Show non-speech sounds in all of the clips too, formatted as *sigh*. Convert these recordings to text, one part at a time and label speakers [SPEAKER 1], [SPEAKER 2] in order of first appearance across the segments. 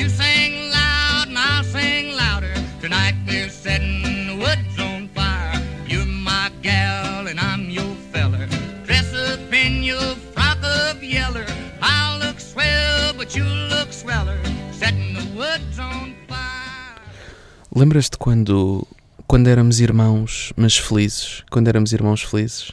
[SPEAKER 1] You sing loud and I'll sing louder. Tonight we're setting the woods on fire. You're my gal and I'm your feller. Dress up in your frock of yeller. I'll look swell, but you look sweller. Setting the woods on fire.
[SPEAKER 2] Lembras-te quando, quando éramos irmãos, mas felizes? Quando éramos irmãos felizes?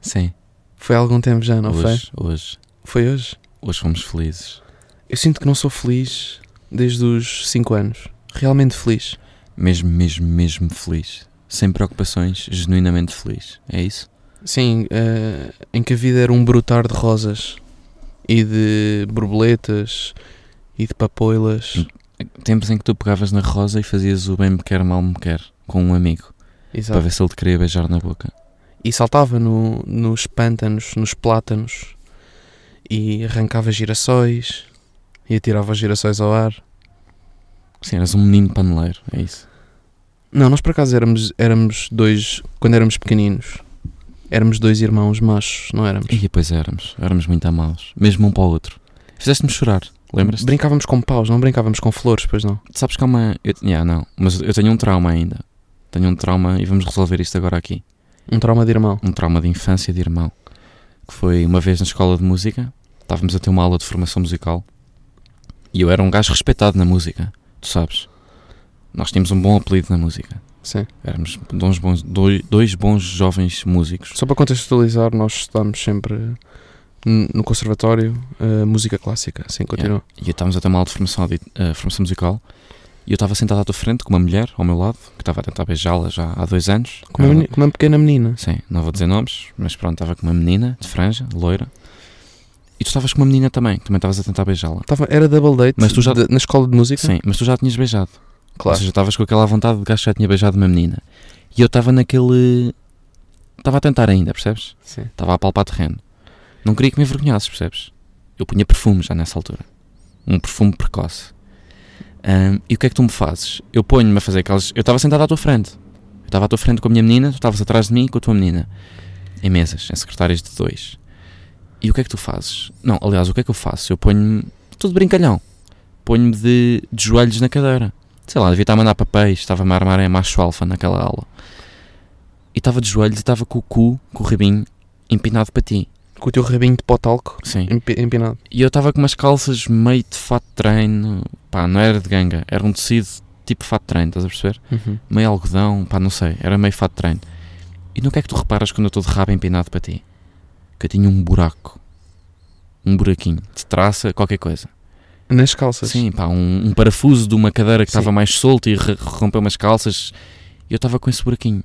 [SPEAKER 3] Sim,
[SPEAKER 2] Foi há algum tempo já, não
[SPEAKER 3] hoje, hoje,
[SPEAKER 2] foi? Foi hoje?
[SPEAKER 3] hoje fomos felizes.
[SPEAKER 2] Eu sinto que não sou feliz desde os 5 anos. Realmente feliz.
[SPEAKER 3] Mesmo, mesmo, mesmo feliz. Sem preocupações, genuinamente feliz. É isso?
[SPEAKER 2] Sim, eh, em que a vida era um brotar de rosas e de borboletas e de
[SPEAKER 3] Hum,
[SPEAKER 2] papoilas.
[SPEAKER 3] Tempos em que tu pegavas na rosa e fazias o bem me quer, mal me quer, com um amigo, para
[SPEAKER 2] Exato.
[SPEAKER 3] ver se ele te queria beijar na boca.
[SPEAKER 2] E saltava no, nos pântanos, nos plátanos e arrancava girassóis e atirava os girassóis ao ar.
[SPEAKER 3] Sim, eras um menino paneleiro, é isso.
[SPEAKER 2] Não, nós por acaso éramos, éramos dois, quando éramos pequeninos, éramos dois irmãos machos, não éramos?
[SPEAKER 3] E depois éramos, éramos muito amados, mesmo um para o outro. Fizeste-me chorar, lembras-te?
[SPEAKER 2] Brincávamos com paus, não brincávamos com flores, pois não?
[SPEAKER 3] Sabes que há uma. Eu, yeah, não, mas eu tenho um trauma ainda. Tenho um trauma e vamos resolver isto agora aqui.
[SPEAKER 2] Um trauma de irmão.
[SPEAKER 3] um trauma de infância de irmão, que foi uma vez na escola de música, estávamos a ter uma aula de formação musical e eu era um gajo respeitado na música, tu sabes. Nós tínhamos um bom apelido na música.
[SPEAKER 2] Sim.
[SPEAKER 3] Éramos dois bons, dois, dois bons jovens músicos.
[SPEAKER 2] Só para contextualizar, nós estudámos sempre n- no conservatório eh, música clássica. Sim, continua.
[SPEAKER 3] E eu estávamos a ter uma aula de formação, audi- eh, formação musical e eu estava sentado à tua frente com uma mulher ao meu lado, que estava a tentar beijá-la já há dois anos.
[SPEAKER 2] Com, uma
[SPEAKER 3] Ela-
[SPEAKER 2] meni- com uma pequena menina.
[SPEAKER 3] Sim, não vou dizer nomes, mas pronto, estava com uma menina de franja, loira. E tu estavas com uma menina também, que também estavas a tentar beijá-la.
[SPEAKER 2] Tava, era double date
[SPEAKER 3] Mas tu já-
[SPEAKER 2] de- na escola de música?
[SPEAKER 3] Sim, mas tu já a tinhas beijado. Ou
[SPEAKER 2] claro.
[SPEAKER 3] seja, estavas com aquela vontade de gajo que já tinha beijado uma menina. E eu estava naquele. Estava a tentar ainda, percebes?
[SPEAKER 2] Sim.
[SPEAKER 3] Estava a palpar terreno. Não queria que me envergonhasses, percebes? Eu punha perfume já nessa altura. Um perfume precoce. Ahm, e o que é que tu me fazes? Eu ponho-me a fazer aquelas. Eu estava sentado à tua frente. Eu estava à tua frente com a minha menina, tu estavas atrás de mim com a tua menina. Em mesas, em secretárias de dois. E o que é que tu fazes? Não, aliás, o que é que eu faço? Eu ponho-me. Tudo brincalhão. Ponho-me de, de joelhos na cadeira. Sei lá, devia estar a mandar papéis, estava-me a armar em macho alfa naquela aula. E estava de joelhos e estava com o cu, com o rabinho, empinado para ti.
[SPEAKER 2] Com o teu rabinho de pó talco
[SPEAKER 3] Sim.
[SPEAKER 2] empi- empinado.
[SPEAKER 3] E eu estava com umas calças meio de fato de treino, pá, não era de ganga, era um tecido tipo fato de treino, estás a perceber? Meio algodão, pá, não sei, era meio fato de treino. E no que é que tu reparas quando eu estou de rabo empinado para ti? Que eu tinha um buraco, um buraquinho, de traça, qualquer coisa.
[SPEAKER 2] Nas calças.
[SPEAKER 3] Sim, pá, um, um parafuso de uma cadeira que
[SPEAKER 2] Sim.
[SPEAKER 3] estava mais solto e re- rompeu umas calças. E eu estava com esse buraquinho.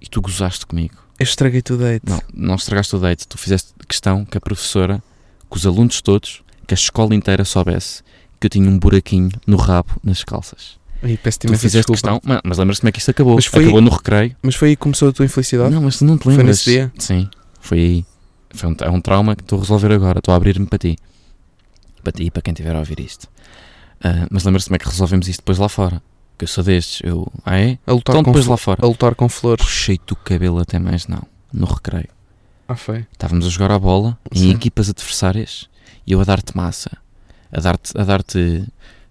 [SPEAKER 3] E tu gozaste comigo.
[SPEAKER 2] Eu estraguei-te o date.
[SPEAKER 3] Não, não estragaste o date. Tu fizeste questão que a professora, que os alunos todos, que a escola inteira soubesse que eu tinha um buraquinho no rabo nas calças.
[SPEAKER 2] E peço-te
[SPEAKER 3] tu
[SPEAKER 2] imensa
[SPEAKER 3] fizeste
[SPEAKER 2] desculpa.
[SPEAKER 3] questão, mas, mas lembras-te como é que isto acabou?
[SPEAKER 2] Mas foi-
[SPEAKER 3] Acabou no recreio.
[SPEAKER 2] Mas foi aí que começou a tua infelicidade?
[SPEAKER 3] Não, mas tu não te
[SPEAKER 2] Foi
[SPEAKER 3] lembras.
[SPEAKER 2] nesse dia?
[SPEAKER 3] Sim, foi aí. Foi um, é um trauma que estou a resolver agora. Estou a abrir-me para ti. Para ti e para quem estiver a ouvir isto. Ah, mas lembras-te como é que resolvemos isto depois lá fora? Que eu sou destes. Eu, ah é?
[SPEAKER 2] A lutar,
[SPEAKER 3] Então
[SPEAKER 2] com,
[SPEAKER 3] depois
[SPEAKER 2] flo-
[SPEAKER 3] lá fora.
[SPEAKER 2] a lutar com flores.
[SPEAKER 3] Puxei-te o cabelo até mais não. No recreio.
[SPEAKER 2] Ah, foi.
[SPEAKER 3] Estávamos a jogar a bola
[SPEAKER 2] Sim.
[SPEAKER 3] em equipas adversárias e eu a dar-te massa, a dar-te a dar-te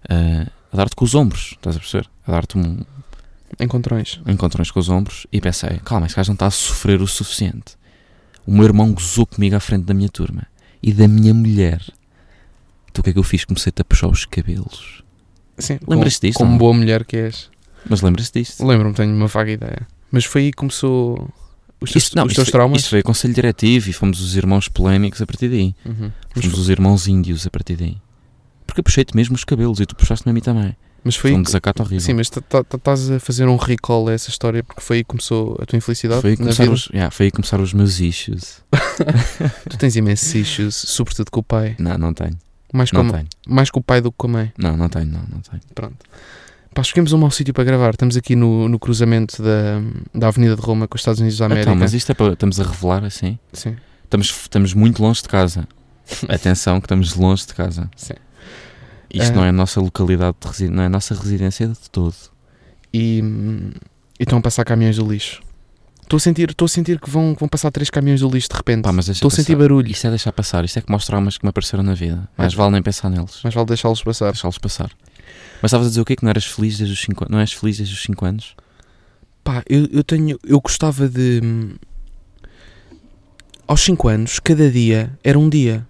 [SPEAKER 3] ah, a dar-te com os ombros, estás a perceber? A dar-te um
[SPEAKER 2] Encontrões.
[SPEAKER 3] encontrões com os ombros e pensei, calma, este gajo não está a sofrer o suficiente. O meu irmão gozou comigo à frente da minha turma e da minha mulher. Então o que é que eu fiz? Comecei-te a puxar os cabelos.
[SPEAKER 2] Sim.
[SPEAKER 3] Lembras-te disto,
[SPEAKER 2] Como
[SPEAKER 3] não?
[SPEAKER 2] boa mulher que és.
[SPEAKER 3] Mas lembras-te disto?
[SPEAKER 2] Lembro-me, tenho uma vaga ideia. Mas foi aí que começou os teus,
[SPEAKER 3] Isto- não,
[SPEAKER 2] os
[SPEAKER 3] isto
[SPEAKER 2] teus
[SPEAKER 3] foi-
[SPEAKER 2] traumas?
[SPEAKER 3] Isto foi conselho diretivo e fomos os irmãos polémicos a partir daí.
[SPEAKER 2] Uhum. Mas,
[SPEAKER 3] Fomos os irmãos índios a partir daí. Porque eu puxei-te mesmo os cabelos e tu puxaste-me a mim também.
[SPEAKER 2] mas foi
[SPEAKER 3] Foi um
[SPEAKER 2] aí que-
[SPEAKER 3] desacato horrível.
[SPEAKER 2] Sim, mas tá- tá- tá- estás a fazer um recall a essa história porque foi aí que começou a tua infelicidade.
[SPEAKER 3] Foi aí,
[SPEAKER 2] na
[SPEAKER 3] começar
[SPEAKER 2] vida.
[SPEAKER 3] os, yeah, foi aí começar os meus issues.
[SPEAKER 2] Tu tens imensos issues, sobretudo com o pai.
[SPEAKER 3] Não, não tenho.
[SPEAKER 2] Mais com,
[SPEAKER 3] Não
[SPEAKER 2] a-
[SPEAKER 3] tenho.
[SPEAKER 2] mais com o pai do que com a mãe.
[SPEAKER 3] Não, não tenho, não, não tenho.
[SPEAKER 2] Pronto. Pá, escolhemos um mau sítio para gravar. Estamos aqui no, no cruzamento da, da Avenida de Roma com os Estados Unidos da América.
[SPEAKER 3] Então, mas isto é para. Estamos a revelar assim?
[SPEAKER 2] Sim.
[SPEAKER 3] Estamos, estamos muito longe
[SPEAKER 2] *laughs*
[SPEAKER 3] de casa. Atenção, que estamos longe de casa.
[SPEAKER 2] Sim.
[SPEAKER 3] Isto
[SPEAKER 2] Ah.
[SPEAKER 3] não é a nossa localidade de residência, não é a nossa residência de todo.
[SPEAKER 2] E, hum, e estão a passar caminhões do lixo. Estou a sentir, estou a sentir que, vão, que vão passar três caminhões do lixo de repente.
[SPEAKER 3] Pá, mas deixa
[SPEAKER 2] Estou a sentir
[SPEAKER 3] passar.
[SPEAKER 2] barulho.
[SPEAKER 3] Isto é deixar passar, isto é como os traumas que me apareceram na vida. Mais vale nem pensar neles.
[SPEAKER 2] Mas vale deixá-los passar.
[SPEAKER 3] Deixá-los passar. Mas estavas a dizer o quê? Que não eras feliz desde os 5 Não és feliz desde os 5 anos?
[SPEAKER 2] Pá, eu, eu tenho. Eu gostava de. hum, Aos 5 anos, cada dia era um dia.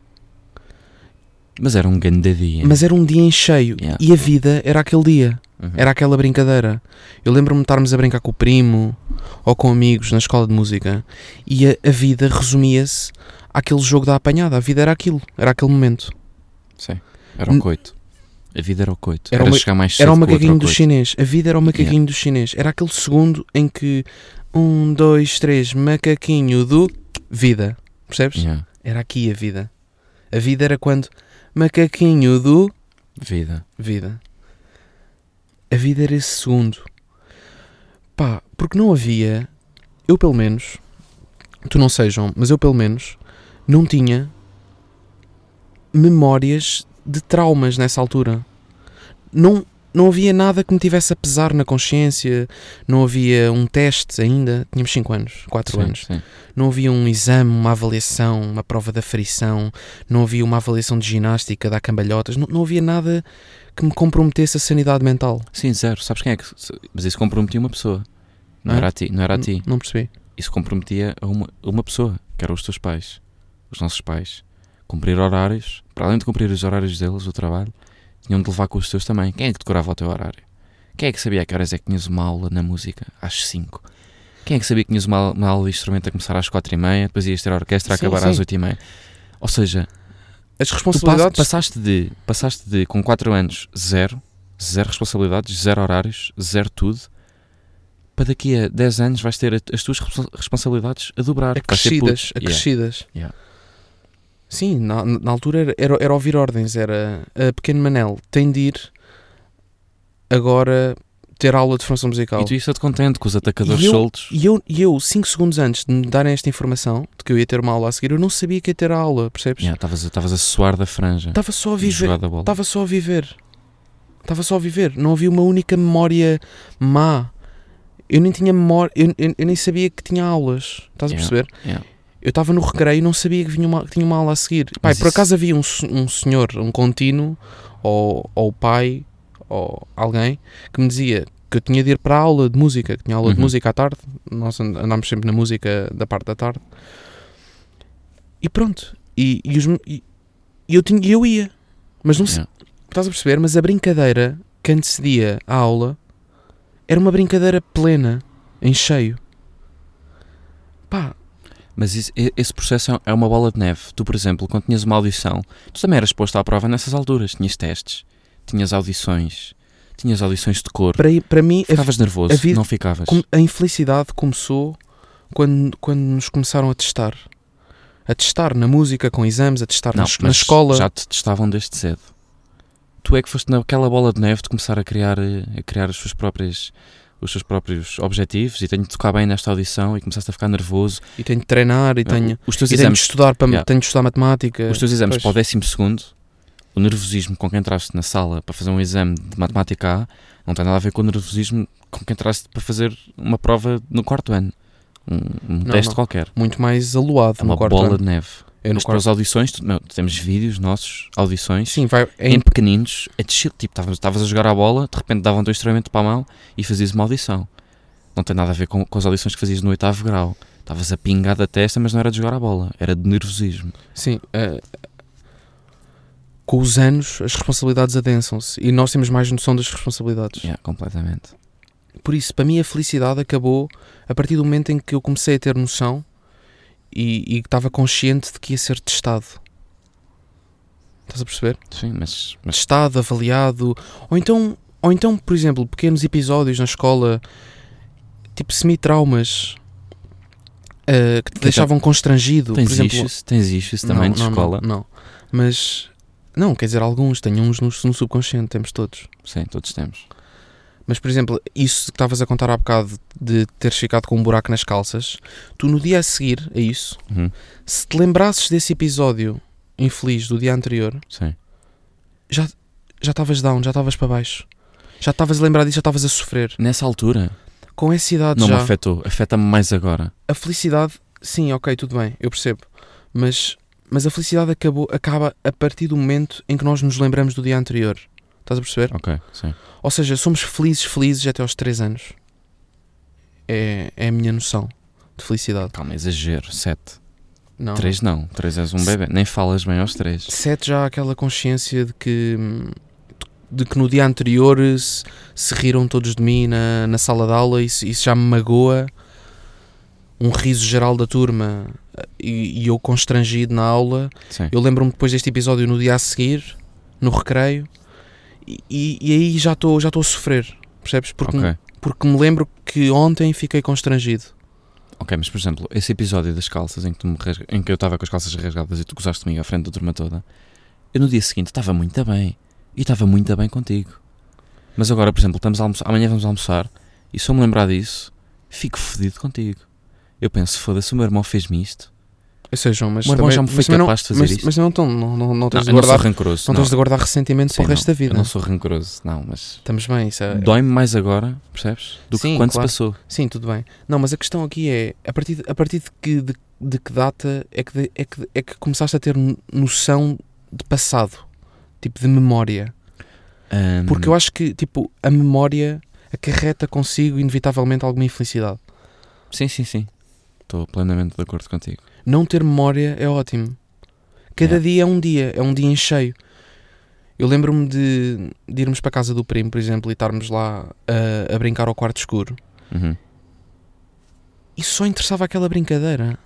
[SPEAKER 3] Mas era um grande dia.
[SPEAKER 2] Mas era um dia em cheio.
[SPEAKER 3] Yeah.
[SPEAKER 2] E a vida era aquele dia.
[SPEAKER 3] Uhum.
[SPEAKER 2] Era aquela brincadeira. Eu lembro-me de estarmos a brincar com o primo ou com amigos na escola de música e a, a vida resumia-se àquele jogo da apanhada. A vida era aquilo, era aquele momento.
[SPEAKER 3] Sim. Era o coito. A vida era o coito.
[SPEAKER 2] Era
[SPEAKER 3] Era,
[SPEAKER 2] uma-
[SPEAKER 3] chegar mais cedo
[SPEAKER 2] Era o
[SPEAKER 3] que outro ao
[SPEAKER 2] macaquinho do
[SPEAKER 3] coito.
[SPEAKER 2] chinês. A vida era o macaquinho do chinês. Era aquele segundo em que um, dois, três, macaquinho do vida. Percebes?
[SPEAKER 3] Yeah.
[SPEAKER 2] Era aqui a vida. A vida era quando macaquinho do
[SPEAKER 3] Vida.
[SPEAKER 2] vida. A vida era esse segundo. Pá, porque não havia, eu pelo menos, tu não sejam, mas eu pelo menos, não tinha memórias de traumas nessa altura. Não, não havia nada que me tivesse a pesar na consciência, não havia um teste ainda, tínhamos 5 anos, 4
[SPEAKER 3] Sim,
[SPEAKER 2] anos.
[SPEAKER 3] sim.
[SPEAKER 2] Não havia um exame, uma avaliação, uma prova da frição, não havia uma avaliação de ginástica, da cambalhotas, não, não havia nada que me comprometesse a sanidade mental.
[SPEAKER 3] Sim, zero. Sabes quem é que. Mas isso comprometia uma pessoa. Não
[SPEAKER 2] Hã? Hum.
[SPEAKER 3] era a ti. Não era a
[SPEAKER 2] N-
[SPEAKER 3] ti.
[SPEAKER 2] Não percebi.
[SPEAKER 3] Isso comprometia a uma, a uma pessoa, que eram os teus pais. Os nossos pais. Cumprir horários. Para além de cumprir os horários deles, o trabalho, tinham de levar com os teus também. Quem é que decorava o teu horário? Quem é que sabia a que horas é que tinhas uma aula na música? Às 5. Quem é que sabia que tinhas uma, al- uma aula de instrumento a começar às 4 e meia, depois ias ter a orquestra a
[SPEAKER 2] Sim,
[SPEAKER 3] acabar
[SPEAKER 2] sim.
[SPEAKER 3] às 8 e meia? Ou seja,
[SPEAKER 2] As
[SPEAKER 3] Tu pas-
[SPEAKER 2] responsabilidades.
[SPEAKER 3] passaste de, passaste de, com 4 anos, zero, zero responsabilidades, zero horários, zero tudo, para daqui a 10 anos vais ter a- as tuas responsa- responsabilidades a dobrar. Vais ser puto.
[SPEAKER 2] acrescidas,
[SPEAKER 3] Yeah.
[SPEAKER 2] acrescidas.
[SPEAKER 3] Yeah.
[SPEAKER 2] Sim, na, na altura era, era, era ouvir ordens, era a pequeno Manel tem de ir agora ter aula de formação musical.
[SPEAKER 3] E tu ias todo contente com os atacadores
[SPEAKER 2] E eu-
[SPEAKER 3] soltos.
[SPEAKER 2] E eu, e eu, 5 segundos antes de me darem esta informação, de que eu ia ter uma aula a seguir, eu não sabia que ia ter a aula, percebes?
[SPEAKER 3] Yeah, Estavas a- estavas a suar da franja.
[SPEAKER 2] Estava só a
[SPEAKER 3] de
[SPEAKER 2] viver,
[SPEAKER 3] jogar da bola.
[SPEAKER 2] Estava só a viver. Estava só a viver. Não havia uma única memória má. Eu nem tinha memória. Eu, eu- eu nem sabia que tinha aulas. Estás a
[SPEAKER 3] Yeah,
[SPEAKER 2] perceber?
[SPEAKER 3] yeah.
[SPEAKER 2] Eu estava no recreio e não sabia que, vinha uma, que tinha uma aula a seguir. Pai,
[SPEAKER 3] Mas
[SPEAKER 2] por
[SPEAKER 3] isso-
[SPEAKER 2] acaso havia um, se- um senhor, um contínuo, ou, ou o pai, ou alguém, que me dizia que eu tinha de ir para a aula de música, que tinha aula de
[SPEAKER 3] Uhum.
[SPEAKER 2] música à tarde. Nós and- andámos sempre na música da parte da tarde. E pronto. E, e os me- e- e eu, tinha, e eu ia. Mas não, se-
[SPEAKER 3] Yeah.
[SPEAKER 2] Estás a perceber? Mas a brincadeira que antecedia a aula era uma brincadeira plena, em cheio. Pá,
[SPEAKER 3] Mas isso- e- esse processo é- é uma bola de neve. Tu, por exemplo, quando tinhas uma audição, tu também eras posto à prova nessas alturas. Tinhas testes, tinhas audições, tinhas audições de cor.
[SPEAKER 2] para, para mim, a,
[SPEAKER 3] Ficavas nervoso,
[SPEAKER 2] a vida-
[SPEAKER 3] não ficavas.
[SPEAKER 2] com- a infelicidade começou quando, quando nos começaram a testar. A testar na música, com exames, a testar na, es- na
[SPEAKER 3] mas
[SPEAKER 2] escola.
[SPEAKER 3] Já te testavam desde cedo. Tu é que foste naquela bola de neve de começar a criar, eh, a criar as suas próprias, os seus próprios objetivos e tenho de tocar bem nesta audição e começaste a ficar nervoso.
[SPEAKER 2] E tenho de treinar, e tenho,
[SPEAKER 3] Os teus
[SPEAKER 2] e tenho de
[SPEAKER 3] exames,
[SPEAKER 2] estudar, para,
[SPEAKER 3] Yeah.
[SPEAKER 2] tenho de estudar matemática.
[SPEAKER 3] os teus exames
[SPEAKER 2] Pois.
[SPEAKER 3] para o décimo segundo, o nervosismo com que entraste na sala para fazer um exame de matemática A não tem nada a ver com o nervosismo com que entraste para fazer uma prova no quarto ano. Um, um
[SPEAKER 2] Não,
[SPEAKER 3] teste
[SPEAKER 2] não.
[SPEAKER 3] qualquer.
[SPEAKER 2] Muito mais aluado
[SPEAKER 3] É
[SPEAKER 2] no
[SPEAKER 3] uma
[SPEAKER 2] quarto
[SPEAKER 3] bola
[SPEAKER 2] ano.
[SPEAKER 3] de neve.
[SPEAKER 2] Eu no
[SPEAKER 3] As
[SPEAKER 2] quarto-
[SPEAKER 3] tuas audições, tu- não, temos vídeos nossos, audições.
[SPEAKER 2] Sim, vai, é
[SPEAKER 3] em pequeninos, a descer, tipo, estavas- estavas a jogar a bola, de repente davam-te o instrumento para a mão e fazias uma audição. Não tem nada a ver com, com as audições que fazias no oitavo grau. Estavas a pingar da testa, mas não era de jogar a bola, era de nervosismo.
[SPEAKER 2] Sim. eh, com os anos, as responsabilidades adensam-se e nós temos mais noção das responsabilidades.
[SPEAKER 3] Yeah, completamente.
[SPEAKER 2] Por isso, para mim, a felicidade acabou a partir do momento em que eu comecei a ter noção e, e estava consciente de que ia ser testado. Estás a perceber?
[SPEAKER 3] Sim, mas, mas
[SPEAKER 2] Testado, avaliado. Ou então, ou então por exemplo, pequenos episódios na escola, tipo semi-traumas. eh, que te
[SPEAKER 3] Que
[SPEAKER 2] deixavam constrangido.
[SPEAKER 3] tens
[SPEAKER 2] por exemplo,
[SPEAKER 3] issues, tens issues também
[SPEAKER 2] Não,
[SPEAKER 3] de
[SPEAKER 2] não,
[SPEAKER 3] escola.
[SPEAKER 2] Não, não. mas não, quer dizer, alguns têm uns no, no subconsciente, temos todos.
[SPEAKER 3] Sim, todos temos.
[SPEAKER 2] Mas, por exemplo, isso que estavas a contar há bocado de teres ficado com um buraco nas calças, tu no dia a seguir a isso,
[SPEAKER 3] Uhum,
[SPEAKER 2] se te lembrasses desse episódio infeliz do dia anterior,
[SPEAKER 3] sim.
[SPEAKER 2] já estavas down, já estavas para baixo. Já estavas a lembrar disso, já estavas a sofrer.
[SPEAKER 3] Nessa altura,
[SPEAKER 2] com essa idade
[SPEAKER 3] Não
[SPEAKER 2] já.
[SPEAKER 3] me afetou, afeta-me mais agora.
[SPEAKER 2] A felicidade, sim, ok, tudo bem, eu percebo. Mas, mas a felicidade acabou, acaba a partir do momento em que nós nos lembramos do dia anterior. Estás a perceber?
[SPEAKER 3] Ok, sim.
[SPEAKER 2] Ou seja, somos felizes, felizes até aos 3 anos. É, é a minha noção de felicidade.
[SPEAKER 3] Calma, exagero. Sete.
[SPEAKER 2] Não.
[SPEAKER 3] Três não. Três és um bebê. Nem falas bem aos três.
[SPEAKER 2] 7 já há aquela consciência de que hum, de que no dia anterior se, se riram todos de mim na, na sala de aula e isso, isso já me magoa um riso geral da turma e, e eu constrangido na aula
[SPEAKER 3] Sim.
[SPEAKER 2] eu lembro-me depois deste episódio no dia a seguir no recreio e, e- e aí já estou já estou a sofrer percebes porque
[SPEAKER 3] Ok.
[SPEAKER 2] porque me lembro que ontem fiquei constrangido
[SPEAKER 3] Ok, mas por exemplo, esse episódio das calças em que, tu me rasga- em que eu estava com as calças rasgadas e tu gozaste comigo à frente da turma toda, eu no dia seguinte estava muito bem. E estava muito bem contigo. Mas agora, por exemplo, estamos a almoçar, amanhã vamos almoçar e se eu me lembrar disso, fico fodido contigo. Eu penso, foda-se, o meu irmão fez-me isto.
[SPEAKER 2] ou seja mas
[SPEAKER 3] O meu irmão
[SPEAKER 2] também-
[SPEAKER 3] já me foi
[SPEAKER 2] mas também
[SPEAKER 3] capaz de fazer
[SPEAKER 2] mas,
[SPEAKER 3] isto.
[SPEAKER 2] mas não tão- não não não
[SPEAKER 3] Não,
[SPEAKER 2] tens
[SPEAKER 3] eu
[SPEAKER 2] de
[SPEAKER 3] não sou
[SPEAKER 2] guardar
[SPEAKER 3] rancoroso.
[SPEAKER 2] não
[SPEAKER 3] não.
[SPEAKER 2] tens de guardar ressentimento
[SPEAKER 3] Sim,
[SPEAKER 2] para o resto
[SPEAKER 3] não.
[SPEAKER 2] da vida
[SPEAKER 3] Eu não sou rancoroso, não, mas
[SPEAKER 2] Estamos bem, isso é...
[SPEAKER 3] dói-me mais agora, percebes? Do
[SPEAKER 2] Sim,
[SPEAKER 3] que quando
[SPEAKER 2] claro.
[SPEAKER 3] se passou.
[SPEAKER 2] Sim, tudo bem. Não, mas a questão aqui é, a partir de, a partir de, que, de, de que data é que, de- é, que, é que começaste a ter no- noção de passado? Tipo, de memória.
[SPEAKER 3] Ahm,
[SPEAKER 2] Porque eu acho que, tipo, a memória acarreta consigo, inevitavelmente, alguma infelicidade.
[SPEAKER 3] Sim, sim, sim. Estou plenamente de acordo contigo.
[SPEAKER 2] Não ter memória é ótimo. Cada
[SPEAKER 3] Yeah.
[SPEAKER 2] dia é um dia, é um dia em cheio. Eu lembro-me de, de irmos para a casa do primo, por exemplo, e estarmos lá a, a brincar ao quarto escuro.
[SPEAKER 3] Uhum.
[SPEAKER 2] e só interessava aquela brincadeira.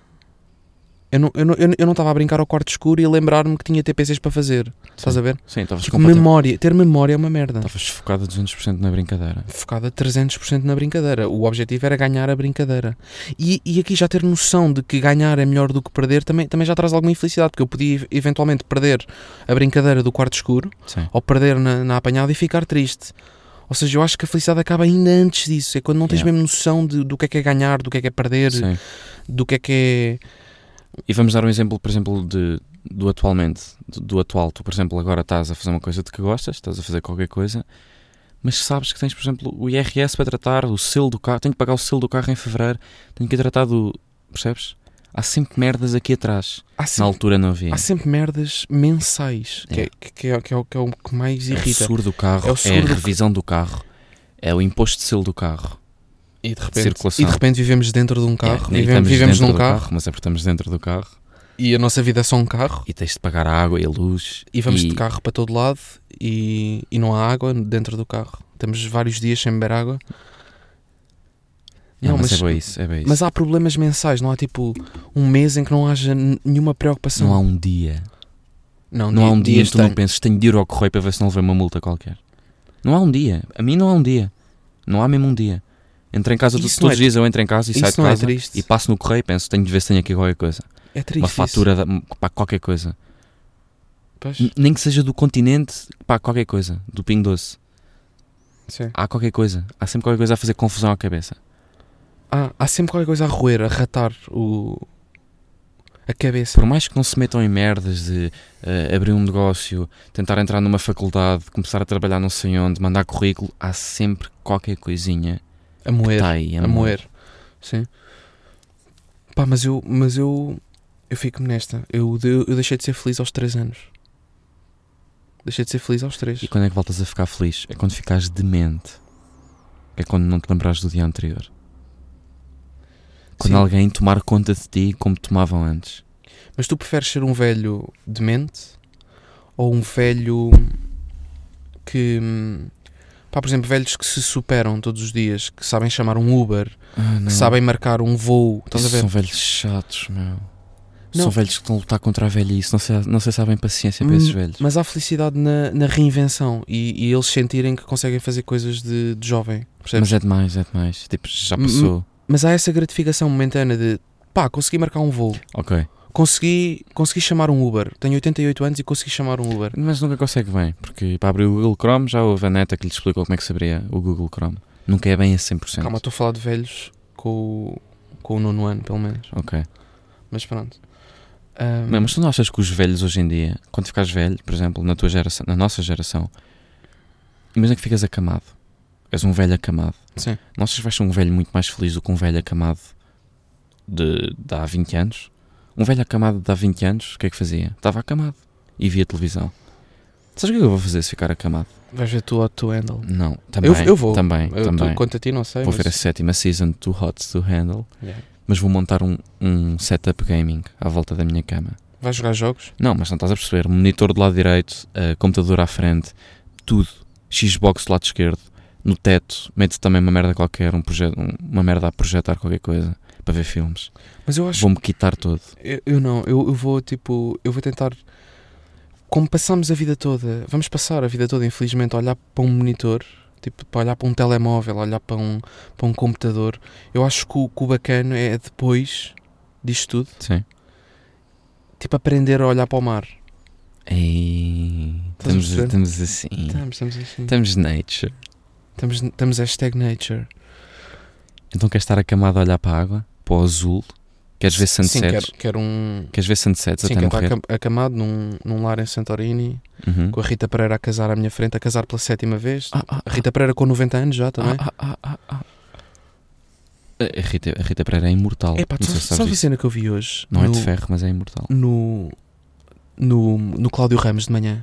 [SPEAKER 2] Eu não estava eu não, eu não- eu não estava a brincar ao quarto escuro e a lembrar-me que tinha TPCs para fazer. Estás a ver?
[SPEAKER 3] Sim, estavas
[SPEAKER 2] Tipo,
[SPEAKER 3] completamente.
[SPEAKER 2] memória. Ter memória é uma merda.
[SPEAKER 3] Estavas focado 200% na brincadeira.
[SPEAKER 2] Focada 300% na brincadeira. O objetivo era ganhar a brincadeira. E, e aqui já ter noção de que ganhar é melhor do que perder também, também já traz alguma infelicidade, porque eu podia ev- eventualmente perder a brincadeira do quarto escuro
[SPEAKER 3] Sim.
[SPEAKER 2] ou perder na, na apanhada e ficar triste. Ou seja, eu acho que a felicidade acaba ainda antes disso. É quando não tens
[SPEAKER 3] Yeah.
[SPEAKER 2] mesmo noção de- do que é que é ganhar, do que é que é perder,
[SPEAKER 3] Sim.
[SPEAKER 2] do que é que é
[SPEAKER 3] E vamos dar um exemplo, por exemplo, de, do atualmente. Do, do atual. Tu, por exemplo, agora estás a fazer uma coisa de que gostas, estás a fazer qualquer coisa, mas sabes que tens, por exemplo, o IRS para tratar, o selo do carro. Tenho que pagar o selo do carro em fevereiro, tenho que ir tratar do. Percebes? Há sempre merdas aqui atrás.
[SPEAKER 2] Há
[SPEAKER 3] Na
[SPEAKER 2] sempre,
[SPEAKER 3] altura não havia.
[SPEAKER 2] há sempre merdas mensais, que, é.
[SPEAKER 3] É.
[SPEAKER 2] que, que é, que é o que é o que mais
[SPEAKER 3] É o
[SPEAKER 2] irrita.
[SPEAKER 3] seguro do carro,
[SPEAKER 2] É
[SPEAKER 3] é,
[SPEAKER 2] o seguro
[SPEAKER 3] a
[SPEAKER 2] do-
[SPEAKER 3] revisão do carro, é o imposto de selo do carro.
[SPEAKER 2] e, de
[SPEAKER 3] repente- circulação.
[SPEAKER 2] e de repente vivemos dentro de um carro,
[SPEAKER 3] É, nem
[SPEAKER 2] vivemos,
[SPEAKER 3] estamos
[SPEAKER 2] vivemos
[SPEAKER 3] dentro
[SPEAKER 2] num
[SPEAKER 3] do
[SPEAKER 2] carro,
[SPEAKER 3] Mas é porque estamos dentro do carro
[SPEAKER 2] e a nossa vida é só um carro
[SPEAKER 3] e tens de pagar a água e a luz.
[SPEAKER 2] e vamos de carro para todo lado e, e não há água dentro do carro. Temos vários dias sem beber água.
[SPEAKER 3] Não,
[SPEAKER 2] Não,
[SPEAKER 3] mas,
[SPEAKER 2] mas-
[SPEAKER 3] é bem isso, é bem isso.
[SPEAKER 2] Mas há problemas mensais, não há tipo um mês em que não haja n- nenhuma preocupação.
[SPEAKER 3] Não há um dia.
[SPEAKER 2] não,
[SPEAKER 3] Não há um dia em
[SPEAKER 2] dias
[SPEAKER 3] que tu não
[SPEAKER 2] tenho.
[SPEAKER 3] penses, tenho de ir ao correio para ver se não levei uma multa qualquer. Não há um dia. A mim não há um dia. Não há mesmo um dia. Entro em casa,
[SPEAKER 2] Isso
[SPEAKER 3] todos
[SPEAKER 2] não
[SPEAKER 3] todos os
[SPEAKER 2] é-
[SPEAKER 3] dias eu entro em casa e
[SPEAKER 2] Isso
[SPEAKER 3] saio de
[SPEAKER 2] não é
[SPEAKER 3] casa
[SPEAKER 2] triste.
[SPEAKER 3] e passo no correio e penso, tenho de ver se tenho aqui qualquer coisa.
[SPEAKER 2] É triste.
[SPEAKER 3] uma
[SPEAKER 2] isso.
[SPEAKER 3] fatura, Hum. da, pá, qualquer coisa.
[SPEAKER 2] Pois,
[SPEAKER 3] N- Nem que seja do continente, pá, qualquer coisa. Do Pingo Doce.
[SPEAKER 2] sim.
[SPEAKER 3] Há qualquer coisa. Há sempre qualquer coisa a fazer confusão à cabeça.
[SPEAKER 2] Há, há sempre qualquer coisa a roer, a ratar o... a cabeça.
[SPEAKER 3] Por mais que não se metam em merdas de eh, abrir um negócio, tentar entrar numa faculdade, começar a trabalhar não sei onde, mandar currículo, há sempre qualquer coisinha
[SPEAKER 2] A moer.
[SPEAKER 3] está aí
[SPEAKER 2] a moer. É Sim. Pá, mas eu, mas eu, eu fico-me nesta. Eu, de- eu deixei de ser feliz aos 3 anos. Deixei de ser feliz aos 3.
[SPEAKER 3] E quando é que voltas a ficar feliz? É quando ficares demente. É quando não te lembrares do dia anterior. Quando alguém tomar conta de ti como tomavam antes.
[SPEAKER 2] Mas tu preferes ser um velho demente ou um velho que. hum, Pá, por exemplo, velhos que se superam todos os dias, que sabem chamar um Uber,
[SPEAKER 3] Ah,
[SPEAKER 2] que sabem marcar um voo, estás a
[SPEAKER 3] Isso
[SPEAKER 2] ver?
[SPEAKER 3] São velhos chatos, meu.
[SPEAKER 2] Não.
[SPEAKER 3] São velhos que estão a lutar contra a velhice. Não sei, não sei se sabem paciência para esses
[SPEAKER 2] Hum,
[SPEAKER 3] velhos.
[SPEAKER 2] Mas há felicidade na, na reinvenção e, e eles sentirem que conseguem fazer coisas de, de jovem. percebes?
[SPEAKER 3] Mas é demais, é demais. Tipo, já
[SPEAKER 2] Hum,
[SPEAKER 3] passou.
[SPEAKER 2] Mas há essa gratificação momentânea de pá, consegui marcar um voo,
[SPEAKER 3] Ok.
[SPEAKER 2] consegui, consegui chamar um Uber. Tenho 88 anos e consegui chamar um Uber.
[SPEAKER 3] Mas nunca consegue bem, porque para abrir o Google Chrome já houve a neta que lhe explicou como é que se abria o Google Chrome. Nunca é bem a 100%.
[SPEAKER 2] Calma, estou a falar de velhos com o, com o nono ano, pelo menos.
[SPEAKER 3] Ok.
[SPEAKER 2] Mas pronto. Ahm,
[SPEAKER 3] Não, mas tu não achas que os velhos hoje em dia, quando ficares velho, por exemplo, na tua geração, na nossa geração, imagina que ficas acamado. És um velho acamado.
[SPEAKER 2] Sim.
[SPEAKER 3] Não achas que vais ser um velho muito mais feliz do que um velho acamado de, de há 20 anos? Um velho acamado de há 20 anos, o que é que fazia? Estava acamado e via televisão. Sabes o que é que eu vou fazer se ficar acamado?
[SPEAKER 2] Vais ver tu Hot to Handle.
[SPEAKER 3] Não, também.
[SPEAKER 2] eu, eu vou.
[SPEAKER 3] Também,
[SPEAKER 2] eu,
[SPEAKER 3] também.
[SPEAKER 2] Tu, quanto a ti, não sei.
[SPEAKER 3] Vou
[SPEAKER 2] mas-
[SPEAKER 3] ver a sétima season do Hot to Handle,
[SPEAKER 2] Yeah.
[SPEAKER 3] mas vou montar um, um setup gaming à volta da minha cama.
[SPEAKER 2] Vais jogar jogos?
[SPEAKER 3] Não, mas não estás a perceber. Monitor do lado direito, eh, computador à frente, tudo. Xbox do lado esquerdo, no teto, mete também uma merda qualquer, um proje- um- uma merda a projetar qualquer coisa para ver filmes.
[SPEAKER 2] Mas eu acho
[SPEAKER 3] Vou-me quitar todo.
[SPEAKER 2] Eu, eu não, eu, eu vou tipo, eu vou tentar. Como passamos a vida toda, vamos passar a vida toda, infelizmente, a olhar para um monitor, tipo, para olhar para um telemóvel, a olhar para um, para um computador. Eu acho que o, que o bacana é depois disto tudo,
[SPEAKER 3] Sim.
[SPEAKER 2] tipo, aprender a olhar para o mar.
[SPEAKER 3] Ei,
[SPEAKER 2] Estás a
[SPEAKER 3] estamos,
[SPEAKER 2] perceber?
[SPEAKER 3] estamos assim.
[SPEAKER 2] Estamos, estamos assim.
[SPEAKER 3] Estamos nature.
[SPEAKER 2] Estamos, estamos hashtag nature.
[SPEAKER 3] Então queres estar acamado a olhar para a água? Para o azul? Queres ver sunsets?
[SPEAKER 2] Sim, quero, quero um.
[SPEAKER 3] Queres ver sunsets
[SPEAKER 2] Sim,
[SPEAKER 3] até
[SPEAKER 2] quero estar
[SPEAKER 3] morrer?
[SPEAKER 2] acam- acamado num, num lar em Santorini,
[SPEAKER 3] Uhum.
[SPEAKER 2] com a Rita Pereira a casar à minha frente, a casar pela sétima vez.
[SPEAKER 3] Ah, ah,
[SPEAKER 2] A Rita Pereira com 90 anos já também.
[SPEAKER 3] Ah, ah, ah, ah, ah. A Rita, a Rita Pereira é imortal.
[SPEAKER 2] É pá,
[SPEAKER 3] não sei
[SPEAKER 2] sabe,
[SPEAKER 3] se sabes
[SPEAKER 2] sabe a
[SPEAKER 3] isso.
[SPEAKER 2] cena que eu vi hoje?
[SPEAKER 3] Não
[SPEAKER 2] no,
[SPEAKER 3] é de ferro, mas é imortal.
[SPEAKER 2] No, no, no Cláudio Ramos de manhã.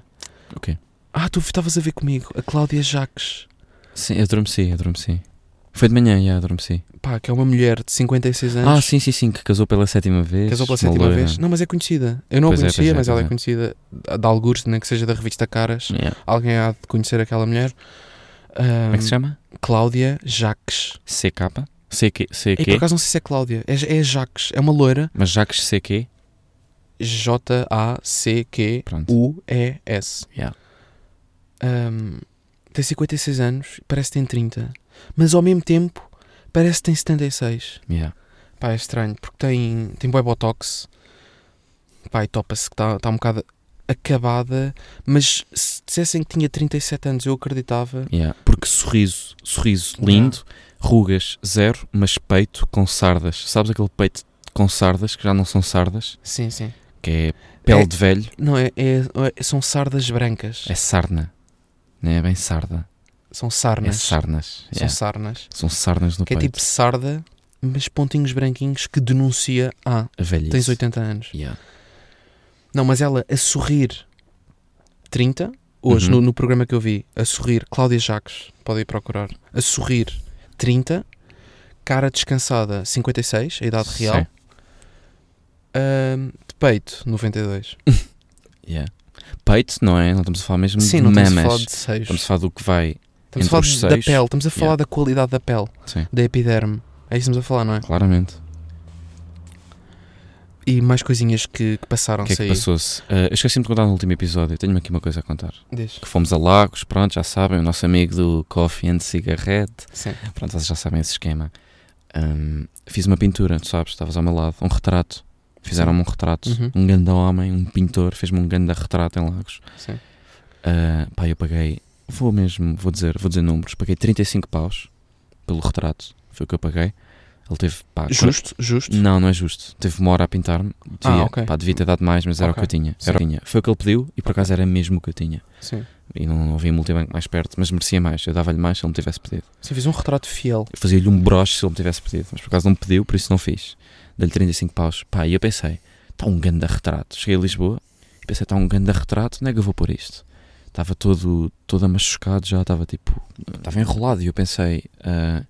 [SPEAKER 3] O quê?
[SPEAKER 2] Ah, tu estavas a ver comigo, a Cláudia Jacques.
[SPEAKER 3] Sim, eu adormeci, eu adormeci. Foi de manhã, já adormeci.
[SPEAKER 2] Pá, que é uma mulher de 56 anos.
[SPEAKER 3] Ah, sim, sim, sim, que casou pela sétima vez.
[SPEAKER 2] Casou pela
[SPEAKER 3] uma
[SPEAKER 2] sétima
[SPEAKER 3] loira.
[SPEAKER 2] vez. Não, mas é conhecida. Eu não
[SPEAKER 3] Pois
[SPEAKER 2] a
[SPEAKER 3] é,
[SPEAKER 2] conhecia,
[SPEAKER 3] pois é,
[SPEAKER 2] mas ela é,
[SPEAKER 3] pois é.
[SPEAKER 2] conhecida de algures, nem que seja da revista Caras.
[SPEAKER 3] Yeah.
[SPEAKER 2] Alguém há de conhecer aquela mulher. Ahm,
[SPEAKER 3] Como é que se chama?
[SPEAKER 2] Cláudia Jacques.
[SPEAKER 3] CK? CQ?
[SPEAKER 2] É, por
[SPEAKER 3] CQ?
[SPEAKER 2] acaso não sei se é Cláudia. É, é Jacques. É uma loira.
[SPEAKER 3] Mas Jacques CQ?
[SPEAKER 2] J-A-C-Q.
[SPEAKER 3] Pronto.
[SPEAKER 2] U-E-S.
[SPEAKER 3] Yeah.
[SPEAKER 2] Ahm, tem 56 anos, parece que tem 30, mas ao mesmo tempo parece que tem 76.
[SPEAKER 3] Yeah.
[SPEAKER 2] Pá, é estranho, porque tem, tem boé botox, pá, e topa-se que está tá um bocado acabada, mas se dissessem que tinha 37 anos, eu acreditava.
[SPEAKER 3] Yeah. Porque sorriso, sorriso lindo, rugas zero, mas peito com sardas. Sabes aquele peito com sardas, que já não são sardas,
[SPEAKER 2] Sim, sim.
[SPEAKER 3] que é pele
[SPEAKER 2] É-
[SPEAKER 3] de velho,
[SPEAKER 2] Não, é, é- é- são sardas brancas,
[SPEAKER 3] é sarna. Não é bem sarda.
[SPEAKER 2] são
[SPEAKER 3] É
[SPEAKER 2] sarnas.
[SPEAKER 3] sarnas.
[SPEAKER 2] São
[SPEAKER 3] Yeah.
[SPEAKER 2] sarnas,
[SPEAKER 3] São sarnas no
[SPEAKER 2] que é
[SPEAKER 3] peito.
[SPEAKER 2] tipo sarda, mas pontinhos branquinhos que denuncia, ah,
[SPEAKER 3] A velhice.
[SPEAKER 2] tens 80 anos.
[SPEAKER 3] Yeah.
[SPEAKER 2] Não, mas ela a sorrir 30, hoje
[SPEAKER 3] Uhum.
[SPEAKER 2] no, no programa que eu vi, a sorrir, Cláudia Jacques, pode ir procurar, a sorrir 30, cara descansada 56, a idade real,
[SPEAKER 3] Sim.
[SPEAKER 2] ahm, de peito 92.
[SPEAKER 3] Yeah. Peito, não é? Não estamos a falar mesmo
[SPEAKER 2] Sim,
[SPEAKER 3] de
[SPEAKER 2] não estamos a
[SPEAKER 3] mamas.
[SPEAKER 2] falar de seios.
[SPEAKER 3] Estamos a falar do que vai.
[SPEAKER 2] Estamos a
[SPEAKER 3] entre
[SPEAKER 2] falar
[SPEAKER 3] os
[SPEAKER 2] de- da
[SPEAKER 3] seios.
[SPEAKER 2] pele, estamos a falar
[SPEAKER 3] Yeah.
[SPEAKER 2] da qualidade da pele,
[SPEAKER 3] Sim,
[SPEAKER 2] da epiderme. É isso que estamos a falar, não é?
[SPEAKER 3] claramente.
[SPEAKER 2] E mais coisinhas que, que
[SPEAKER 3] O que é
[SPEAKER 2] passaram-se
[SPEAKER 3] que
[SPEAKER 2] aí.
[SPEAKER 3] passou-se? Ah, eu esqueci-me de contar no último episódio. Tenho-me aqui uma coisa a contar.
[SPEAKER 2] Diz.
[SPEAKER 3] Que fomos a Lagos, pronto, já sabem. O nosso amigo do Coffee and Cigarette.
[SPEAKER 2] Sim.
[SPEAKER 3] Pronto, vocês já sabem esse esquema. Ahm, fiz uma pintura, tu sabes, estavas ao meu lado. Um retrato. Fizeram-me um retrato.
[SPEAKER 2] Uhum.
[SPEAKER 3] Um grande homem, um pintor, fez-me um grande retrato em Lagos.
[SPEAKER 2] Sim.
[SPEAKER 3] Ah, pá, eu paguei, vou mesmo, vou dizer, vou dizer números, paguei 35 paus pelo retrato, foi o que eu paguei. Ele teve, pá,
[SPEAKER 2] Justo, justo.
[SPEAKER 3] Não, não é justo. Teve uma hora a pintar-me. Devia,
[SPEAKER 2] Ah, ok.
[SPEAKER 3] pá, devia ter dado mais, mas era o que eu
[SPEAKER 2] Ok.
[SPEAKER 3] tinha. Era o que eu tinha. Foi o que ele pediu e por acaso era mesmo o que eu tinha.
[SPEAKER 2] Sim.
[SPEAKER 3] E não, não havia multibanco mais perto, mas merecia mais. Eu dava-lhe mais se ele me tivesse pedido.
[SPEAKER 2] Sim, fiz um retrato fiel.
[SPEAKER 3] Eu fazia-lhe um broche se ele me tivesse pedido, mas por acaso não me pediu, por isso não fiz. Dei-lhe 35 paus. Pá, e eu pensei, está um ganda retrato. Cheguei a Lisboa e pensei, está um ganda retrato, onde é que eu vou pôr isto? Estava todo, todo machucado já, estava tipo, estava enrolado e eu pensei, ah,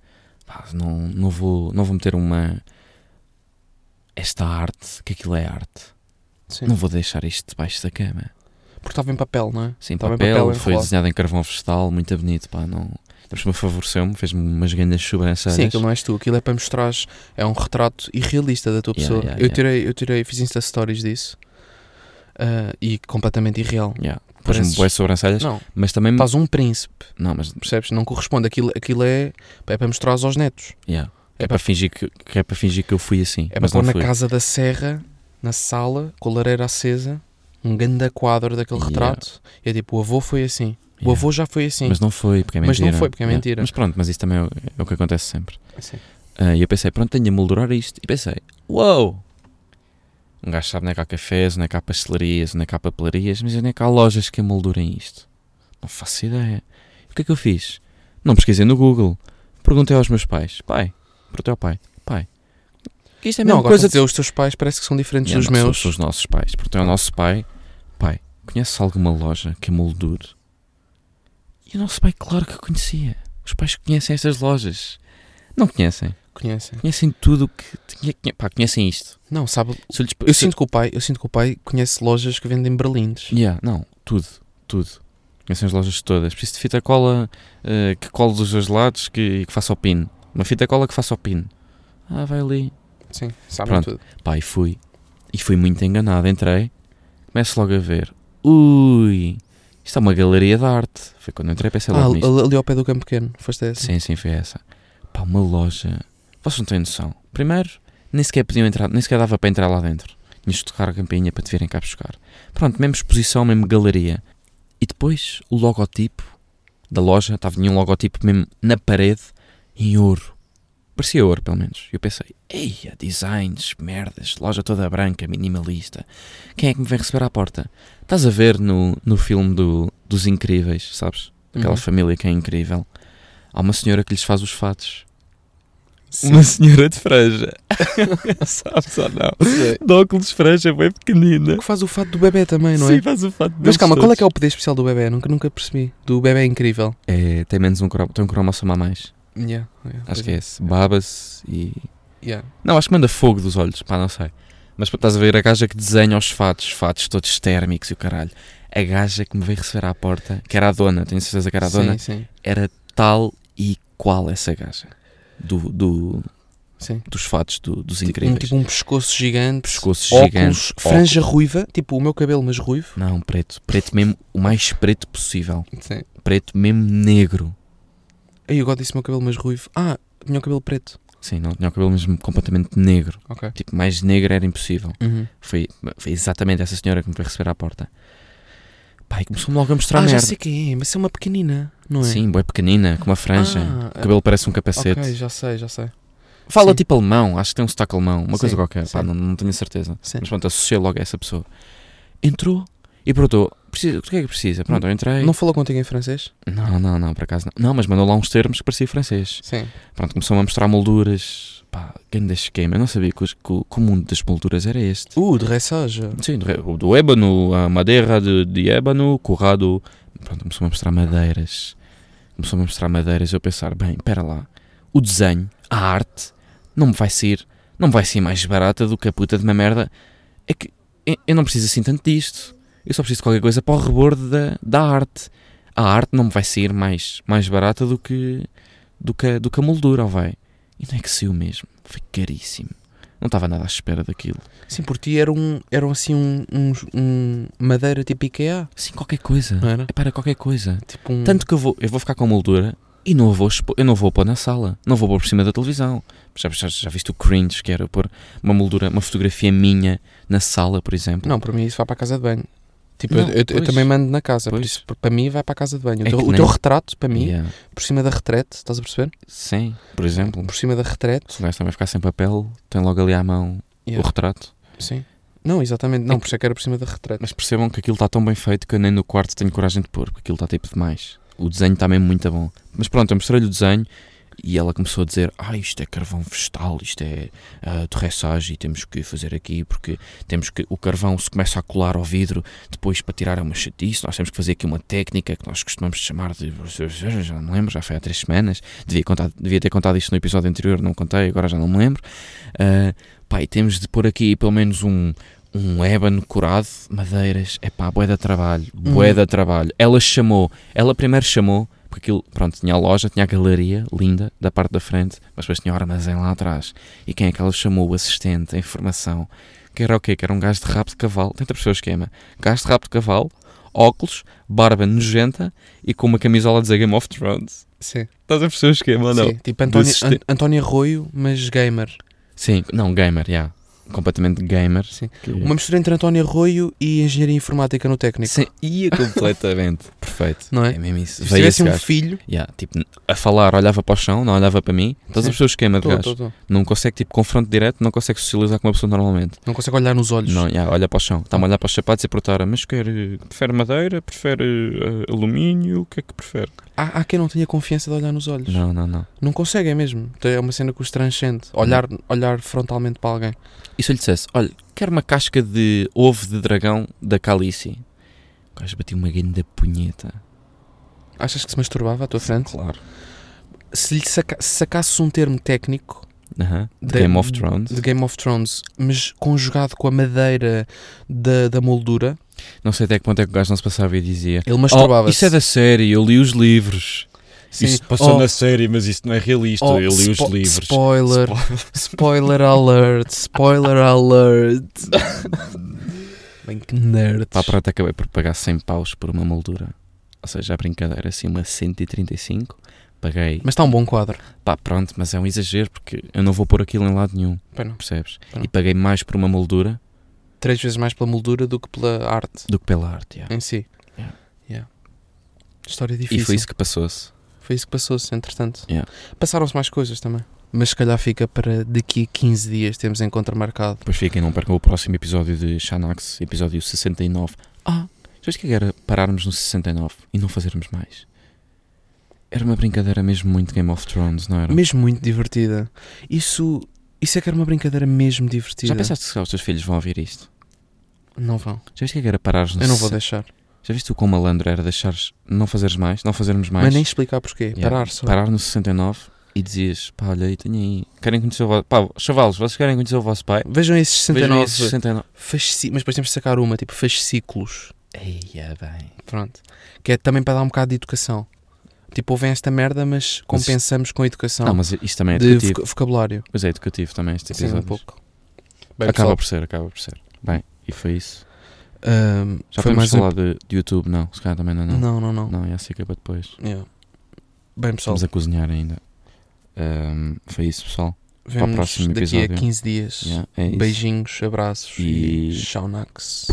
[SPEAKER 3] pá, não, não, vou, não vou meter uma. Esta arte, que aquilo é arte.
[SPEAKER 2] Sim.
[SPEAKER 3] Não vou deixar isto debaixo da cama.
[SPEAKER 2] Porque estava em papel, não é?
[SPEAKER 3] Sim,
[SPEAKER 2] Estava em
[SPEAKER 3] papel,
[SPEAKER 2] papel
[SPEAKER 3] foi
[SPEAKER 2] enrolado.
[SPEAKER 3] desenhado em carvão vegetal, muito bonito, pá, não. Depois me favoreceu-me, fez-me umas grandes sobrancelhas.
[SPEAKER 2] Sim, aquilo não és tu, aquilo é para mostrar, é um retrato irrealista da tua
[SPEAKER 3] Yeah,
[SPEAKER 2] pessoa.
[SPEAKER 3] yeah,
[SPEAKER 2] eu
[SPEAKER 3] yeah.
[SPEAKER 2] tirei, eu tirei, fiz Insta Stories disso ah, e completamente irreal.
[SPEAKER 3] Yeah. Pôs-me
[SPEAKER 2] Pareces-
[SPEAKER 3] boas sobrancelhas,
[SPEAKER 2] Não,
[SPEAKER 3] mas hum. também. me-
[SPEAKER 2] estás um príncipe,
[SPEAKER 3] Não, mas.
[SPEAKER 2] percebes? Não corresponde. Aquilo, aquilo é, é para mostrar aos netos.
[SPEAKER 3] yeah.
[SPEAKER 2] É
[SPEAKER 3] É, para fingir que, que é para fingir que eu fui assim.
[SPEAKER 2] É para
[SPEAKER 3] mas
[SPEAKER 2] pôr
[SPEAKER 3] não
[SPEAKER 2] na
[SPEAKER 3] fui.
[SPEAKER 2] casa da serra, na sala, com a lareira acesa, um grande quadro daquele
[SPEAKER 3] Yeah.
[SPEAKER 2] retrato. E é tipo, o avô foi assim, o
[SPEAKER 3] Yeah.
[SPEAKER 2] avô já foi assim.
[SPEAKER 3] Mas não foi, porque é
[SPEAKER 2] Mas
[SPEAKER 3] mentira.
[SPEAKER 2] não foi, porque é
[SPEAKER 3] Yeah.
[SPEAKER 2] mentira.
[SPEAKER 3] Mas pronto, mas isso também é o, é o que acontece sempre.
[SPEAKER 2] Sim.
[SPEAKER 3] Ah, E eu pensei, pronto, tenho de moldurar isto. E pensei, uou! Um gajo sabe onde é que há cafés, onde é que há pastelarias, onde é que há papelarias, mas onde é que há lojas que moldurem isto? Não faço ideia. E o que é que eu fiz? Não pesquisei no Google. Perguntei aos meus pais. Pai, para o teu pai. Pai. Que isto é a
[SPEAKER 2] não,
[SPEAKER 3] mesma
[SPEAKER 2] agora
[SPEAKER 3] coisa
[SPEAKER 2] coisa dizer, os teus pais parece que são diferentes
[SPEAKER 3] Yeah,
[SPEAKER 2] dos
[SPEAKER 3] não, são-
[SPEAKER 2] meus.
[SPEAKER 3] São os nossos pais. Portanto, é o nosso pai. Pai, conheces alguma loja que moldure? E o nosso pai, claro que conhecia. Os pais conhecem estas lojas. Não conhecem.
[SPEAKER 2] Conhecem.
[SPEAKER 3] Conhecem tudo o que. tinha- tinha- Pá, conhecem isto.
[SPEAKER 2] Não, sabe,
[SPEAKER 3] Se eu lhes-
[SPEAKER 2] eu
[SPEAKER 3] se-
[SPEAKER 2] sinto que o pai, eu sinto que o pai conhece lojas que vendem berlindes.
[SPEAKER 3] Yeah, não, tudo, tudo. Conhecem as lojas todas. Preciso de fita cola eh, que cole dos dois lados que, e que faça o pino. Uma fita cola que faça o pino. Ah, vai ali.
[SPEAKER 2] Sim, sabem
[SPEAKER 3] Pronto.
[SPEAKER 2] tudo.
[SPEAKER 3] Pá, e fui. E fui muito enganado. Entrei, começo logo a ver. Ui, isto é uma galeria de arte. Foi quando eu entrei, pensei
[SPEAKER 2] Ah,
[SPEAKER 3] logo nisto.
[SPEAKER 2] ali, ali ao pé do campo pequeno, foste essa.
[SPEAKER 3] Sim, sim, foi essa. Pá, uma loja. Vocês não têm noção. Primeiro, nem sequer podiam entrar, nem sequer dava para entrar lá dentro. Tinhas de tocar a campainha para te virem cá buscar. Pronto, mesma exposição, mesmo galeria. E depois, o logotipo da loja, estava tinha um logotipo mesmo na parede, em ouro. Parecia ouro, pelo menos. E eu pensei, eia, designs, merdas, loja toda branca, minimalista. Quem é que me vem receber à porta? Estás a ver no, no filme do, dos Incríveis, sabes? Aquela
[SPEAKER 2] Uhum.
[SPEAKER 3] família que é incrível. Há uma senhora que lhes faz os fatos.
[SPEAKER 2] Sim.
[SPEAKER 3] Uma *laughs* senhora de franja. Sabes ou não?
[SPEAKER 2] é.
[SPEAKER 3] De óculos de franja, bem pequenina.
[SPEAKER 2] O que faz o fato do bebê também, não é?
[SPEAKER 3] Sim, faz o fato
[SPEAKER 2] Mas calma, qual é que é o poder especial do bebê? Nunca, nunca percebi. Do bebê incrível.
[SPEAKER 3] É, tem menos um, cro- tem um cromossoma a mais.
[SPEAKER 2] Yeah, yeah, pois
[SPEAKER 3] Acho que é esse. Baba-se e.
[SPEAKER 2] Yeah.
[SPEAKER 3] Não, acho que manda fogo dos olhos, pá, não sei. Mas pá, estás a ver a gaja que desenha os fatos, fatos todos térmicos e o caralho. A gaja que me veio receber à porta, que era a dona, tenho certeza que era a dona,
[SPEAKER 2] Sim, sim.
[SPEAKER 3] era tal e qual essa gaja. Do, do-
[SPEAKER 2] sim.
[SPEAKER 3] dos fatos do- dos
[SPEAKER 2] Tipo,
[SPEAKER 3] incríveis.
[SPEAKER 2] Um, tipo um pescoço gigante,
[SPEAKER 3] Pescoço
[SPEAKER 2] óculos,
[SPEAKER 3] gigante.
[SPEAKER 2] franja ruiva, tipo o meu cabelo, mas ruivo.
[SPEAKER 3] Não, preto. Preto mesmo, o mais preto possível.
[SPEAKER 2] Sim.
[SPEAKER 3] Preto mesmo negro.
[SPEAKER 2] Aí eu gosto disse meu cabelo, mas ruivo. Ah, meu cabelo preto.
[SPEAKER 3] Sim, não tinha o cabelo mesmo completamente negro.
[SPEAKER 2] Ok.
[SPEAKER 3] Tipo, mais negro era impossível.
[SPEAKER 2] Uhum.
[SPEAKER 3] Foi, foi exatamente essa senhora que me foi receber à porta. Pai, começou-me logo a mostrar
[SPEAKER 2] Ah, já
[SPEAKER 3] merda.
[SPEAKER 2] sei quem é, mas é uma pequenina, não é?
[SPEAKER 3] Sim, boa pequenina, com uma franja.
[SPEAKER 2] Ah,
[SPEAKER 3] o cabelo parece um capacete.
[SPEAKER 2] ok, já sei, já sei.
[SPEAKER 3] Fala
[SPEAKER 2] Sim.
[SPEAKER 3] tipo alemão, acho que tem um sotaque alemão, uma coisa
[SPEAKER 2] Sim,
[SPEAKER 3] qualquer, pá,
[SPEAKER 2] sim.
[SPEAKER 3] não, não tenho a certeza.
[SPEAKER 2] Sim.
[SPEAKER 3] Mas pronto, associei logo a essa pessoa. Entrou e perguntou: "Precisa- o que é que precisa? Pronto, eu entrei.
[SPEAKER 2] Não falou contigo em francês?
[SPEAKER 3] não, não, não, por acaso não. Não, mas mandou lá uns termos que parecia francês.
[SPEAKER 2] Sim.
[SPEAKER 3] Pronto, começou-me a mostrar molduras. Pá, grande esquema. Eu não sabia que, os- que o que o mundo das molduras era este.
[SPEAKER 2] Uh, de ressoja.
[SPEAKER 3] Sim, do, re- do ébano, a madeira de, de ébano, currado. Pronto, começou-me a mostrar madeiras. Começou-me a mostrar madeiras. Eu a pensar, bem, espera lá. O desenho, a arte, não me vai sair, não me vai ser mais barata do que a puta de uma merda. É que eu- eu não preciso assim tanto disto. Eu só preciso de qualquer coisa para o rebordo da, da arte. A arte não me vai sair mais, mais barata do que, do, que, a- do que a moldura, ó vai. E não é que saiu mesmo. Foi caríssimo. Não estava nada à espera daquilo.
[SPEAKER 2] Sim, por ti era um, eram assim um, uns- um madeira tipo IKEA,
[SPEAKER 3] Sim, Assim, qualquer coisa.
[SPEAKER 2] não era?
[SPEAKER 3] É para qualquer coisa.
[SPEAKER 2] Tipo um...
[SPEAKER 3] Tanto que eu vou, eu vou ficar com a moldura e não a vou expo- eu não vou pôr na sala, não vou pôr por cima da televisão. Já, já, já viste o cringe que era pôr uma moldura, uma fotografia minha na sala, por exemplo?
[SPEAKER 2] Não, para mim isso vai para a casa de banho. Tipo,
[SPEAKER 3] Não,
[SPEAKER 2] eu, eu- eu
[SPEAKER 3] pois.
[SPEAKER 2] também mando na casa, por
[SPEAKER 3] Pois.
[SPEAKER 2] isso por- para mim vai para a casa de banho. O,
[SPEAKER 3] É
[SPEAKER 2] teu,
[SPEAKER 3] que
[SPEAKER 2] o
[SPEAKER 3] nem-
[SPEAKER 2] teu retrato, para mim,
[SPEAKER 3] Yeah.
[SPEAKER 2] por cima da retrete, estás a perceber?
[SPEAKER 3] Sim, por exemplo.
[SPEAKER 2] Por cima da retrete,
[SPEAKER 3] Se o gajo também ficar sem papel, tem logo ali à mão
[SPEAKER 2] Yeah.
[SPEAKER 3] o retrato.
[SPEAKER 2] sim. Não, exatamente, não,
[SPEAKER 3] É
[SPEAKER 2] por isso é que era por cima da retrete.
[SPEAKER 3] Mas percebam que aquilo está tão bem feito que eu nem no quarto tenho coragem de pôr, porque aquilo está tipo demais. O desenho está mesmo muito bom. Mas pronto, eu mostrei-lhe o desenho e ela começou a dizer: Ah, isto é carvão vegetal, isto é uh, terraçagem, temos que fazer aqui porque temos que o carvão se começa a colar ao vidro, depois para tirar é uma chatice, nós temos que fazer aqui uma técnica que nós costumamos chamar de. Já não me lembro, já foi há três semanas. Devia, contar, devia ter contado isto no episódio anterior, não contei, agora já não me lembro. Uh, pá, e temos de pôr aqui pelo menos um um ébano curado, madeiras, é pá, bué da trabalho, bué
[SPEAKER 2] Hum.
[SPEAKER 3] da trabalho. Ela chamou, ela primeiro chamou, porque aquilo, pronto, tinha a loja, tinha a galeria linda da parte da frente, mas depois tinha o armazém lá atrás. E quem é que ela chamou? O assistente, a informação, que era o quê? Que era um gajo de rabo de cavalo, tenta perceber o esquema, gajo de rabo de cavalo, óculos, barba nojenta e com uma camisola a dizer Game of Thrones.
[SPEAKER 2] Sim,
[SPEAKER 3] Estás a perceber o esquema ou não?
[SPEAKER 2] sim. Tipo António,
[SPEAKER 3] Desses te-
[SPEAKER 2] An- António Arroio, mas gamer.
[SPEAKER 3] Sim, não, gamer, já. Completamente gamer.
[SPEAKER 2] Sim.
[SPEAKER 3] Que-
[SPEAKER 2] Uma mistura entre António Arroio e engenharia informática no técnico.
[SPEAKER 3] Sim, ia completamente. *laughs* Perfeito.
[SPEAKER 2] Não é?
[SPEAKER 3] mesmo isso.
[SPEAKER 2] Se
[SPEAKER 3] Veio
[SPEAKER 2] tivesse
[SPEAKER 3] esse
[SPEAKER 2] um
[SPEAKER 3] gajo.
[SPEAKER 2] filho.
[SPEAKER 3] Yeah, tipo, a falar, olhava para o chão, não olhava para mim. Estás a
[SPEAKER 2] Sim.
[SPEAKER 3] perceber o esquema de
[SPEAKER 2] Tô,
[SPEAKER 3] é
[SPEAKER 2] tô,
[SPEAKER 3] gajo?
[SPEAKER 2] tô.
[SPEAKER 3] Não consegue, tipo, confronto direto, não consegue socializar com uma pessoa normalmente.
[SPEAKER 2] Não consegue olhar nos olhos.
[SPEAKER 3] Não, yeah, olha para o chão. Está-me a "Ah, olhar para os sapatos e perguntar, mas quer, eh, prefere madeira, prefere eh, alumínio, o que é que prefere?
[SPEAKER 2] Há, há quem não tenha confiança de olhar nos olhos.
[SPEAKER 3] Não, não, não.
[SPEAKER 2] Não consegue, é mesmo. Então É uma cena que os transcende. Olhar, olhar frontalmente para alguém.
[SPEAKER 3] E se eu lhe dissesse, olha, quero uma casca de ovo de dragão da Calice? O gajo batia uma grande punheta.
[SPEAKER 2] Achas que se masturbava à tua frente?
[SPEAKER 3] Claro.
[SPEAKER 2] Se lhe saca- se sacasses um termo técnico
[SPEAKER 3] Aham.
[SPEAKER 2] Da-
[SPEAKER 3] De Game of Thrones.
[SPEAKER 2] de Game of Thrones, mas conjugado com a madeira da, da moldura,
[SPEAKER 3] Não sei até que ponto é que o gajo não se passava e dizia.
[SPEAKER 2] ele
[SPEAKER 3] Oh,
[SPEAKER 2] masturbava-se.
[SPEAKER 3] isso é da série, eu li os livros.
[SPEAKER 2] Sim.
[SPEAKER 4] Isso passou
[SPEAKER 2] Oh,
[SPEAKER 4] na série, mas isso não é realista.
[SPEAKER 2] oh,
[SPEAKER 4] eu li os
[SPEAKER 2] spo-
[SPEAKER 4] livros.
[SPEAKER 2] Spoiler, spoiler alert, spoiler alert.
[SPEAKER 3] *laughs*
[SPEAKER 2] Bem que nerd.
[SPEAKER 3] Pá, pronto, acabei por pagar 100 paus por uma moldura. Ou seja, a brincadeira, assim, uma 135. Paguei.
[SPEAKER 2] Mas está um bom quadro.
[SPEAKER 3] Pá, pronto, mas é um exagero porque eu não vou pôr aquilo em lado nenhum,
[SPEAKER 2] Pá, não.
[SPEAKER 3] percebes?
[SPEAKER 2] Ah.
[SPEAKER 3] E paguei mais por uma moldura
[SPEAKER 2] Três vezes mais pela moldura do que pela arte
[SPEAKER 3] do que pela arte. yeah.
[SPEAKER 2] em si.
[SPEAKER 3] Yeah.
[SPEAKER 2] Yeah. História
[SPEAKER 3] E
[SPEAKER 2] difícil.
[SPEAKER 3] foi isso que passou-se.
[SPEAKER 2] Foi isso que passou-se, entretanto.
[SPEAKER 3] Yeah.
[SPEAKER 2] Passaram-se mais coisas também. Mas se calhar fica para daqui a 15 dias temos encontro marcado.
[SPEAKER 3] Depois fiquem, não percam o próximo episódio de Xanax, episódio 69. Ah, já viste o que era pararmos no 69 e não fazermos mais? Era uma brincadeira mesmo muito Game of Thrones, não era?
[SPEAKER 2] Mesmo muito divertida. Isso, isso é que era uma brincadeira mesmo divertida.
[SPEAKER 3] Já pensaste que os teus filhos vão ouvir isto?
[SPEAKER 2] Não vão.
[SPEAKER 3] Já viste o que era pararmos no
[SPEAKER 2] Eu não vou
[SPEAKER 3] 60?
[SPEAKER 2] deixar.
[SPEAKER 3] Já viste o quão malandro era deixares não fazeres mais, não fazermos mais?
[SPEAKER 2] Mas nem explicar porquê.
[SPEAKER 3] Yeah.
[SPEAKER 2] Parar só.
[SPEAKER 3] Parar no 69 e dizias, pá, olha aí, tenho aí. Querem conhecer o vosso... Pá, chavalos, vocês querem conhecer o vosso pai?
[SPEAKER 2] Vejam esses
[SPEAKER 3] Vejam
[SPEAKER 2] 69.
[SPEAKER 3] aí esses 69.
[SPEAKER 2] fasci- Mas depois temos de sacar uma, tipo fascículos.
[SPEAKER 3] Eia, bem.
[SPEAKER 2] Pronto. Que é também para dar um bocado de educação. Tipo, ouvem esta merda, mas compensamos com a educação.
[SPEAKER 3] Não, mas isto também é
[SPEAKER 2] de
[SPEAKER 3] educativo.
[SPEAKER 2] voca- vocabulário.
[SPEAKER 3] Pois é, educativo também este
[SPEAKER 2] Sim,
[SPEAKER 3] episódio.
[SPEAKER 2] um pouco.
[SPEAKER 4] Bem, pessoal,
[SPEAKER 3] acaba por ser, acaba por ser. Bem, e foi isso.
[SPEAKER 2] Ahm,
[SPEAKER 3] Já
[SPEAKER 2] foi
[SPEAKER 3] podemos
[SPEAKER 2] mais um-
[SPEAKER 3] falar de, de YouTube, não? Se calhar também não, não.
[SPEAKER 2] Não, não, não.
[SPEAKER 3] Não, essa acaba é depois.
[SPEAKER 2] Yeah. Bem, pessoal,
[SPEAKER 3] Estamos a cozinhar ainda. Ahm, foi isso, pessoal.
[SPEAKER 2] vemos
[SPEAKER 3] próximo
[SPEAKER 2] daqui a
[SPEAKER 3] episódio.
[SPEAKER 2] 15 dias.
[SPEAKER 3] Yeah, é isso.
[SPEAKER 2] Beijinhos, abraços e,
[SPEAKER 3] E-
[SPEAKER 2] tchau, Nax.